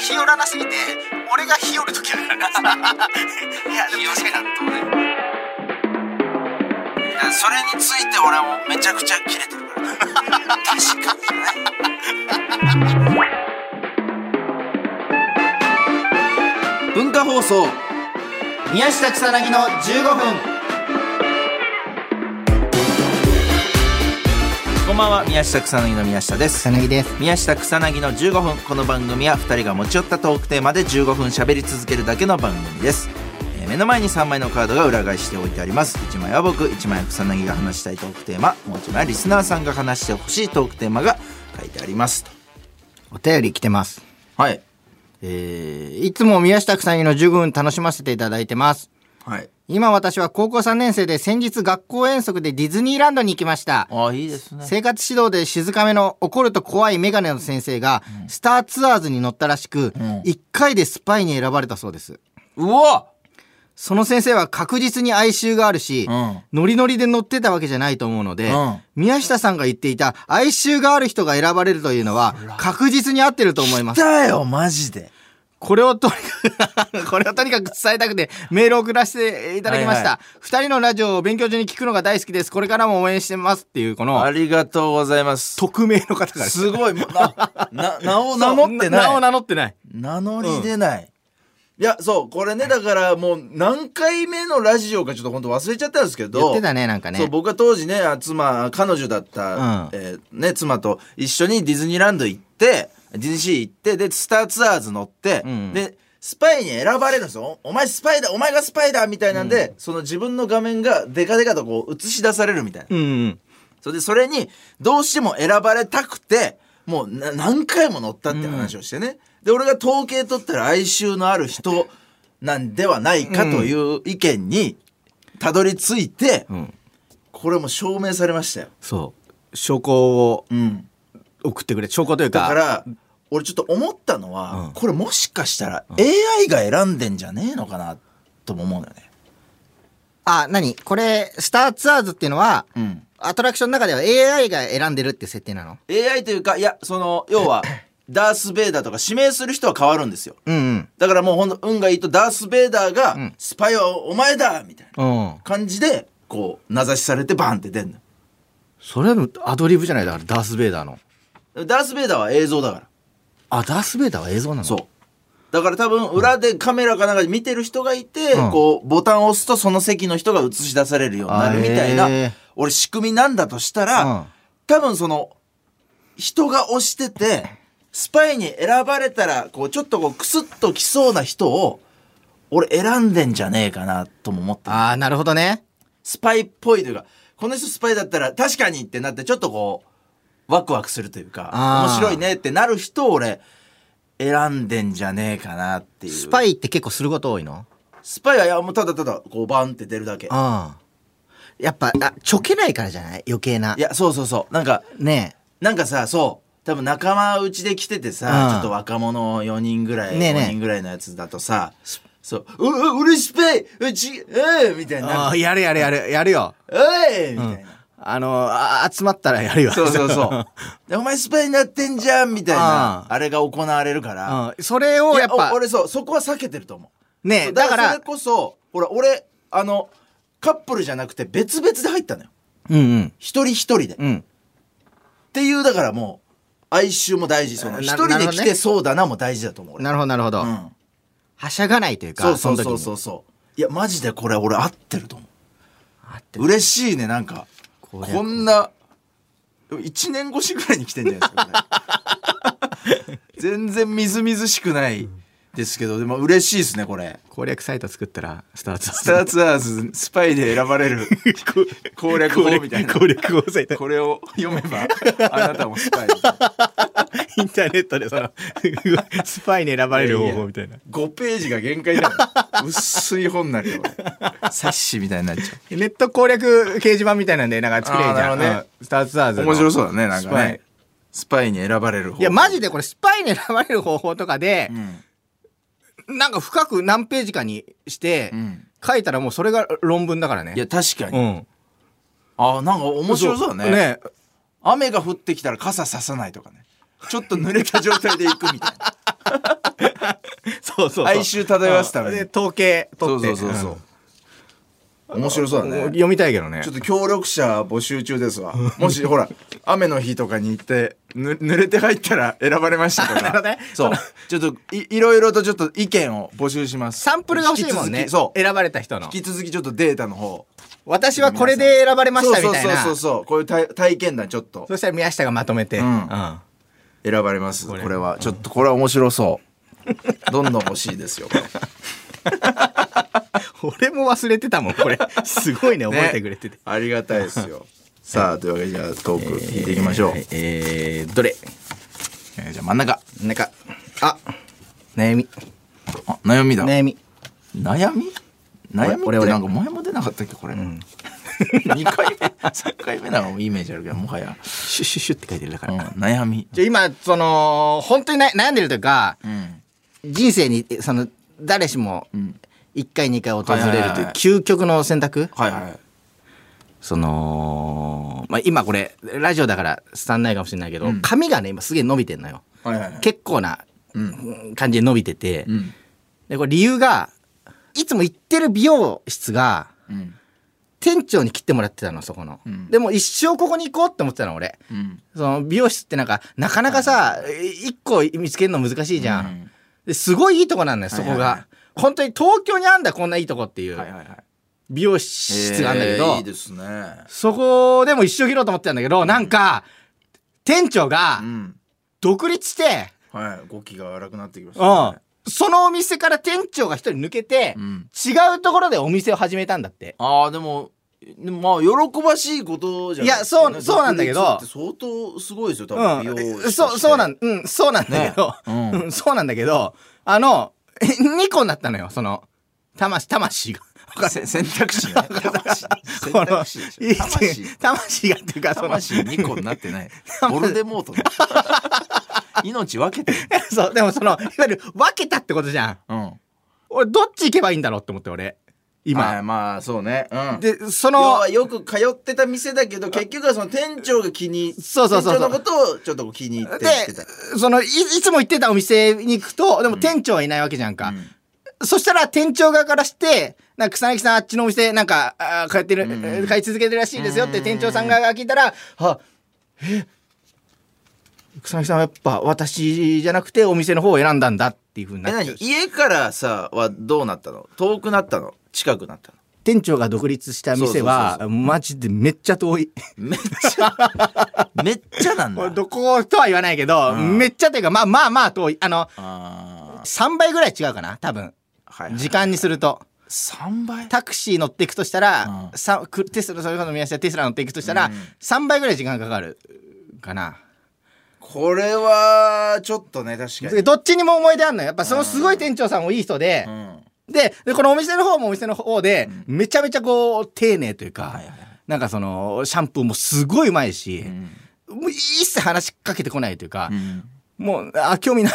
日和らなすぎて俺が日和る時ある いやでも確かにとねそれについて俺はもうめちゃくちゃキレてるから確かにね文化放送宮下草薙の15分こんばんは宮下草薙の宮下です草薙です宮下草薙の15分この番組は2人が持ち寄ったトークテーマで15分喋り続けるだけの番組です、えー目の前に3枚のカードが裏返しておいてあります1枚は僕1枚は草薙が話したいトークテーマもう1枚はリスナーさんが話してほしいトークテーマが書いてありますお便り来てますはいえー、いつも宮下草薙の15分楽しませていただいてますはい今私は高校3年生で先日学校遠足でディズニーランドに行きましたああいいですね生活指導で静かめの怒ると怖いメガネの先生がスターツアーズに乗ったらしく、ん1回でスパイに選ばれたそうです。うわその先生は確実に哀愁があるし、うんノリノリで乗ってたわけじゃないと思うので、うん宮下さんが言っていた哀愁がある人が選ばれるというのは確実に合ってると思いま来す。たよマジでこれをとにかく、 これをとにかく伝えたくてメールを送らせていただきましはいた。二、人のラジオを勉強中に聞くのが大好きです。これからも応援してますっていう、このありがとうございます匿名の方からです。す ごいなな名を名そう乗ってない名を名乗ってない。名乗り出ない、いやそうこれねだからもう何回目のラジオかちょっと本当忘れちゃったんですけど言ってたねなんかねそう僕は当時ねあ妻彼女だった、うんえーね、妻と一緒にディズニーランド行ってディズニーシー行ってでスターツアーズ乗って、うんでスパイに選ばれるんですよおお前スパイだお前がスパイだみたいなんで、その自分の画面がデカデカとこう映し出されるみたいな、うんそれでそれにどうしても選ばれたくてもうな何回も乗ったって話をしてね、で俺が統計取ったら哀愁のある人なんではないかという意見にたどり着いて、うん、うん、これも証明されましたよ、そう証拠をうん、送ってくれ証拠というかだから俺ちょっと思ったのは、うんこれもしかしたら AI が選んでんじゃねえのかなとも思うのよね、あ何これスターツアーズっていうのは、うん、アトラクションの中では AI が選んでるって設定なの AI というかいやその要 はダース・ベイダーとか指名する人は変わるんですようんだからもうほんと運がいいとダース・ベイダーがん「スパイはお前だ!」みたいなうんうん感じでこう名指しされてバンって出んのそれはアドリブじゃないだからダース・ベイダーのダース・ベイダーは映像だからあダース・ベイダーは映像なのそうだから多分裏でカメラかなんかで見てる人がいて、うんこうボタンを押すとその席の人が映し出されるようになるみたいあな、へー俺仕組みなんだとしたら、うん多分その人が押しててスパイに選ばれたらこうちょっとこうクスッときそうな人を俺選んでんじゃねえかなとも思ったああなるほどねスパイっぽいというか、この人スパイだったら確かにってなって、ちょっとこう、ワクワクするというか、あー面白いねってなる人を俺、選んでんじゃねえかなっていう。スパイイって結構すること多いのスパイはいや、もうただただ、こう、バンって出るだけ。あんやっぱあちょけないからじゃない余計ないや、そうそうそう。なんか、ねなんかさ、そう。多分仲間内で来ててさ、うんちょっと若者4人ぐらい、ねえねえ5人ぐらいのやつだとさ、そう、う、う、うるしぱいうち、えー、みたいえになる。やるやるやるやるよえいみたいな。あのあ集まったらやるよそうそうそう。で お前スパイになってんじゃんみたいな、うんあれが行われるから。 うん、それをいやっぱお俺そう、そこは避けてると思う。ねそうだからそれこそ、ほら、俺、あの、カップルじゃなくて別々で入ったのよ。うん一人一人で。っうんうんていう、だからもう、哀愁も大事。その、な一人なるでほど来ねてそうだなも大事だと思う。俺なるほどなるほど、うん。はしゃがないというかそうそうそうそその時にうそう。いや、マジでこれ俺合ってると思あってう。嬉しいね、なんか。こりゃこんな、1年越しぐらいに来てんじゃないですか、これ 全然みずみずしくないですけど、でも嬉しいですね、これ。攻略サイト作ったらスタートスターツアーズ、スパイで選ばれる 攻略法みたいな。 攻略法サイトこれを読めば、あなたもスパイ。インターネットでその スパイに選ばれる方法みたいな5ページが限界だよ。薄い本になるよ、俺冊子みたいになっちゃう。ネット攻略掲示板みたいなんでなんか作れんじゃあーん、なるほどねうんスターツアーズの面白そうだね、なんスかパねイ。スパイに選ばれる方。いやマジでこれスパイに選ばれる方法とかでう、ん。なんか深く何ページかにして、うん書いたらもうそれが論文だからねいや、確かに。うんああ、なんか面白そうだね。ね雨が降ってきたら傘ささないとかねちょっと濡れた状態で行くみたいなそうそうそう哀愁漂わすためにで統計 そ取うってそうそうそう面白そうだね読みたいけどねちょっと協力者募集中ですわ。もし、ほら、雨の日とかに行って、ぬ濡れて入ったら選ばれましたとか。 なるほどねそう。ちょっとい、いろいろとちょっと意見を募集します。サンプルが欲しいもん引ねき続きそう。選ばれた人の引き続きちょっとデータの方。私はこれで選ばれましたみそうたいそうなそうそう。こういう体体験談ちょっとそしたら宮下がまとめて、うんあ選ばれます。ここれれは。ちょっとこれは面白そう。どんどん欲しい ですよ。これ俺も忘れてたもん これすごいね覚えてくれてて、ねありがたいです よ。さあ、というわけでじゃあトーク聞いていきましょう。はいえーどれえーじゃあ真ん中。なんかあ悩みあ、悩みだ。悩み悩み悩み俺って俺なんか前も出なかったっけこれ、 二2回目3回目なのもイメージあるけどもはや、シュッシュッシュッって書いてるだかうら、ん、悩み、じゃあ今その本当にな悩んでるというかうん、人生にその誰しも1回2回訪はいれはいるはといいうはい究極の選択、はいはいその、まあ、今これラジオだから伝わんないかもしれないけど、うん髪がね今すげえ伸びてんのよはいはいはい結構なうんうん感じで伸びてて、うんでこれ理由がいつも行ってる美容室がうん店長に切ってもらってたのそこの、うんでも一生ここに行こうって思ってたの俺うんその美容室ってなんかなかなかさ一個見つけるの難しいじゃん、うんですごいいいとこなんだよそこが、はいはいは本当に東京にあんだこんないいとこっていうはいはいはい美容室があんだけど、えーいいですねそこでも一生切ろうと思ってたんだけど、なんか店長がうん独立して、はい語気が荒くなってきましうた、んそのお店から店長が一人抜けて、うん違うところでお店を始めたんだってああでもでもまあ喜ばしいことじゃないいやそうそうなんだけど独立って相当すごいですよ多分美容師としてうん、そうそうなん、うん、そうなんだけど、ねうんうんそうなんだけどあの2個になったのよその魂魂が。せ選択 肢ね魂選この択肢でしょ魂 魂がっていうかその魂2個になってないボルデモートだ命分けてる そうでもそのいわゆる分けたってことじゃんうん俺どっち行けばいいんだろうって思って俺ま今あまあそうねうんでそ要のはよく通ってた店だけど結局はその店長が気にそうそうそうそ店長うのことをちょっとこう気に入って行ってたでそのいいつも行ってたお店に行くとでも店長はいないわけじゃんか、そしたら店長側からしてなんか草薙さんあっちのお店なんかあー通ってる、えー通い続けてるらしいですよって店長さん側が聞いたら「あえ草薙さんはやっぱ私じゃなくてお店の方を選んだんだ」っていうふうにえなっ何ちゃう家からさはどうなったの遠くなったの近くなったの店長が独立した店はそうそうマジでめっちゃ遠いめっち ゃめっちゃなんだどことは言わないけど、うんめっちゃというかまあまあまあ遠いあのあー3倍ぐらい違うかな多分はい時間にすると。 3倍タクシー乗っていくとしたら、うんさくテスラそれこそ宮下テスラ乗っていくとしたら、うん3倍ぐらい時間かかるかな。これはちょっとね確かにどっちにも思い出あんのよやっぱそのすごい店長さんもいい人でう、んででこのお店の方もお店の方で、めちゃめちゃこう丁寧というか、いはいはいなんかそのシャンプーもすごいうまいし、んもう一切話しかけてこないというか、うんもう、あ、興味な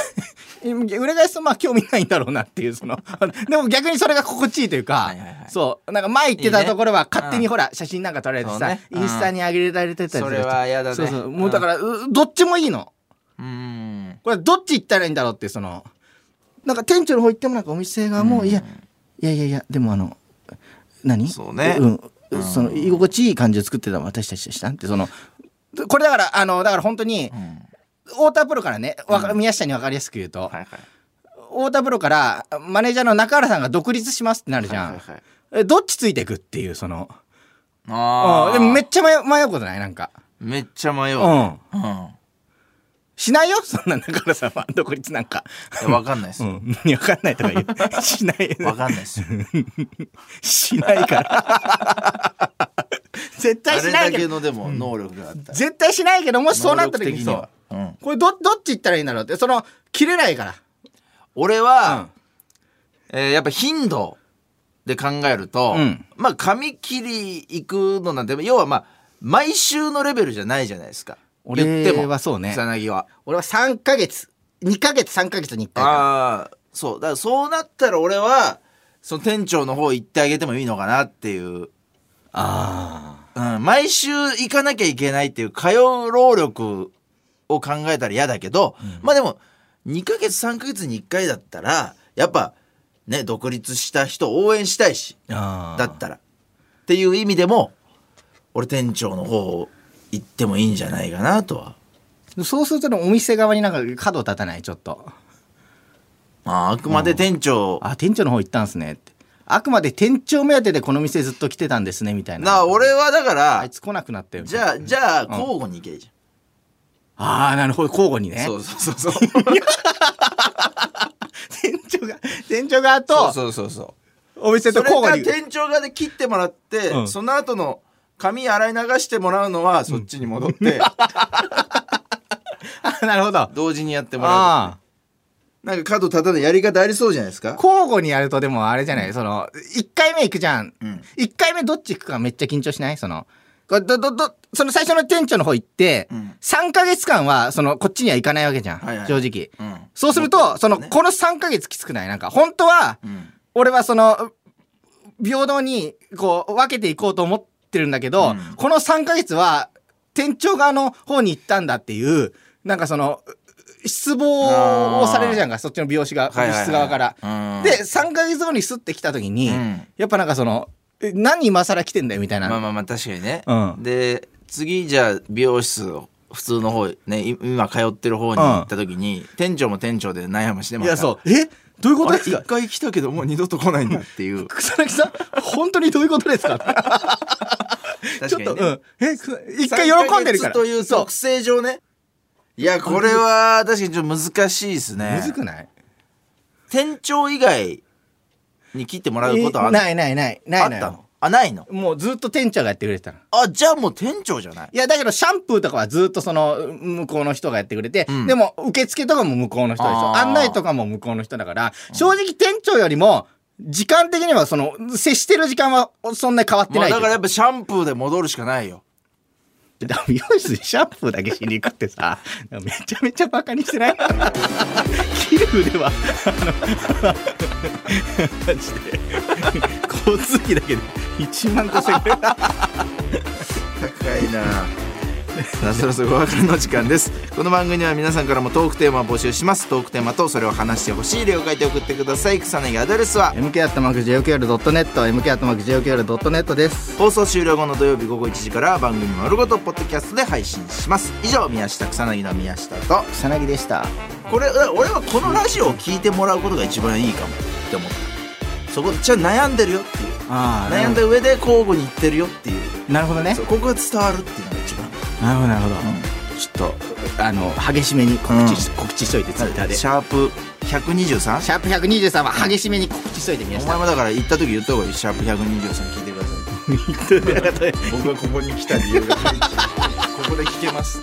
い。 裏返すとまあ興味ないんだろうなっていう、その、 でも逆にそれが心地いいというか、いはいはいそう、なんか前行っていいたねところは勝手うんにほら、写真なんか撮られてそうさ、ねうんインスタに上げられてたりするそれは嫌だねそうそう、うんもうだから、うどっちもいいの。うんこれどっち行ったらいいんだろうっていう、その、なんか店長の方行ってもなんかお店がもう、いや、いやいやいや、でもあの、何そうねうん。その、居心地いい感じを作ってたもん私たちでしたって、その、これだから、あの、だから本当に、うん太田プロからね、わか宮下に分かりやすく言うと、はいはい太田プロからマネージャーの中原さんが独立しますってなるじゃん、はいはいはいえどっちついてくっていうそのあうんあでもめっちゃ迷迷うことないなんかめっちゃ迷う、ううんんしないよそんな中原さんは独立なんかいやわかんないです、うわん分かんないとか言うしないかんないですよしないから絶あ対れしなだいけけどのでも能力があったら、絶対しないけどもしそうなった能時力に的そはううん、これどどっち行ったらいいんだろうってその切れないから俺うんは、えーやっぱ頻度で考えると、うんまあ髪切り行くのなんて要はまあ毎週のレベルじゃないじゃないですか俺言ってもはそうね草薙は俺は3ヶ月2ヶ月3ヶ月に1回かなああそうだからそうなったら俺はその店長の方行ってあげてもいいのかなっていうあーうん、毎週行かなきゃいけないっていう通う労力を考えたら嫌だけど、まあでも2ヶ月3ヶ月に1回だったらやっぱね独立した人応援したいしあだったらっていう意味でも俺店長の方行ってもいいんじゃないかなとはそうするとねお店側になんか角立たないちょっとまああくまで店長、あ店長の方行ったんすねってあくまで店長目当てでこの店ずっと来てたんですねみたいななあ俺はだかあらいつ来なくなったよじゃあじゃあ交互に行けばいいじああなるほど交互にゃん、ねそうそう そうそう店長が店長側とそうそうそうお店と それ交か互に店長側で切ってもらって、うんその後の髪洗い流してもらうのはそっちに戻って、あなるほど 同時にやってもらあうなんか角立たないやり方ありそうじゃないですあか交互にやるとでもあれじゃないその1回目行くじゃんうん1回目どっち行くかめっちゃ緊張しないそのこどどどその最初の店長の方行って、うん3か月間はそのこっちには行かないわけじゃん、はいはい正直、うんそうすると、そのこの3か月きつくないなんか本当はうん俺はその平等にこう分けていこうと思ってるんだけど、うんこの3か月は店長側の方に行ったんだっていうなんかその失望をされるじゃんかそっちの美容師が美容室側から。うんで3か月後にスッて来た時に、うんやっぱなんかそのえ何今更来てんだよみたいな、まあまあまあ確かにね、うんで次じゃあ美容室普通の方ねい今通ってる方に行った時に、店長も店長で悩ましてまいたやそうえどういうことあでれす一か回来たけどもう二度と来ないんだって いう草薙さん本当にどういうことですかち確ょかにねっと、うん、えく一回喜んでるか3ヶ月らという特性上ねいやこれは確かにちょっと難しいですねむずくない店長以外に切ってもらうことはあえんのないないないないのあったのよあないのもうずっと店長がやってくれてたのあじゃあもう店長じゃないいやだけどシャンプーとかはずっとそのう向こうの人がやってくれて、んでも受付とかも向こうの人でしあょー案内とかも向こうの人だから正直店長よりも時間的にはその接してる時間はそんなに変わってまなあいだというからやっぱシャンプーで戻るしかないよだ美容室でシャンプーだけしに行くってさめちゃめちゃバカにして ない切る腕はあのあの マジ で交通費だけで1万5000円ぐらい高いなさあそろそろお別れの時間ですこの番組では皆さんからもトークテーマを募集しますトークテーマとそれを話してほしい例を書いて送ってください草薙アドレスは mk.jokr.net mk.jokr.net です放送終了後の土曜日午後1時からは番組丸ごとポッドキャストで配信します以上宮下草薙の宮下と草薙でしたこれうん俺はこのラジオを聞いてもらうことが一番いいかもって思ったそこじゃあ悩んでるよっていうあ悩んだ上で交互に言ってるよっていうなるほどねそうここが伝わるっていうのが一番なるほどなるほど、ちょっとあの激しめに告知し,、告知しといてツイッターでシシャープ 123? ャープ123は激しめに告知しといてみまおし前たもだから行った時言った方がいいシャープ123聞いてください僕がここに来た理由がここで聞けます